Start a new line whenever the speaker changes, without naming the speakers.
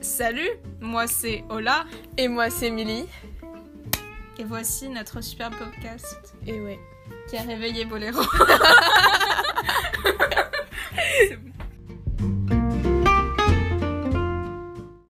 Salut, moi c'est Ola
Et moi, c'est Emily.
et voici notre super podcast
Et ouais.
qui a réveillé Boléro.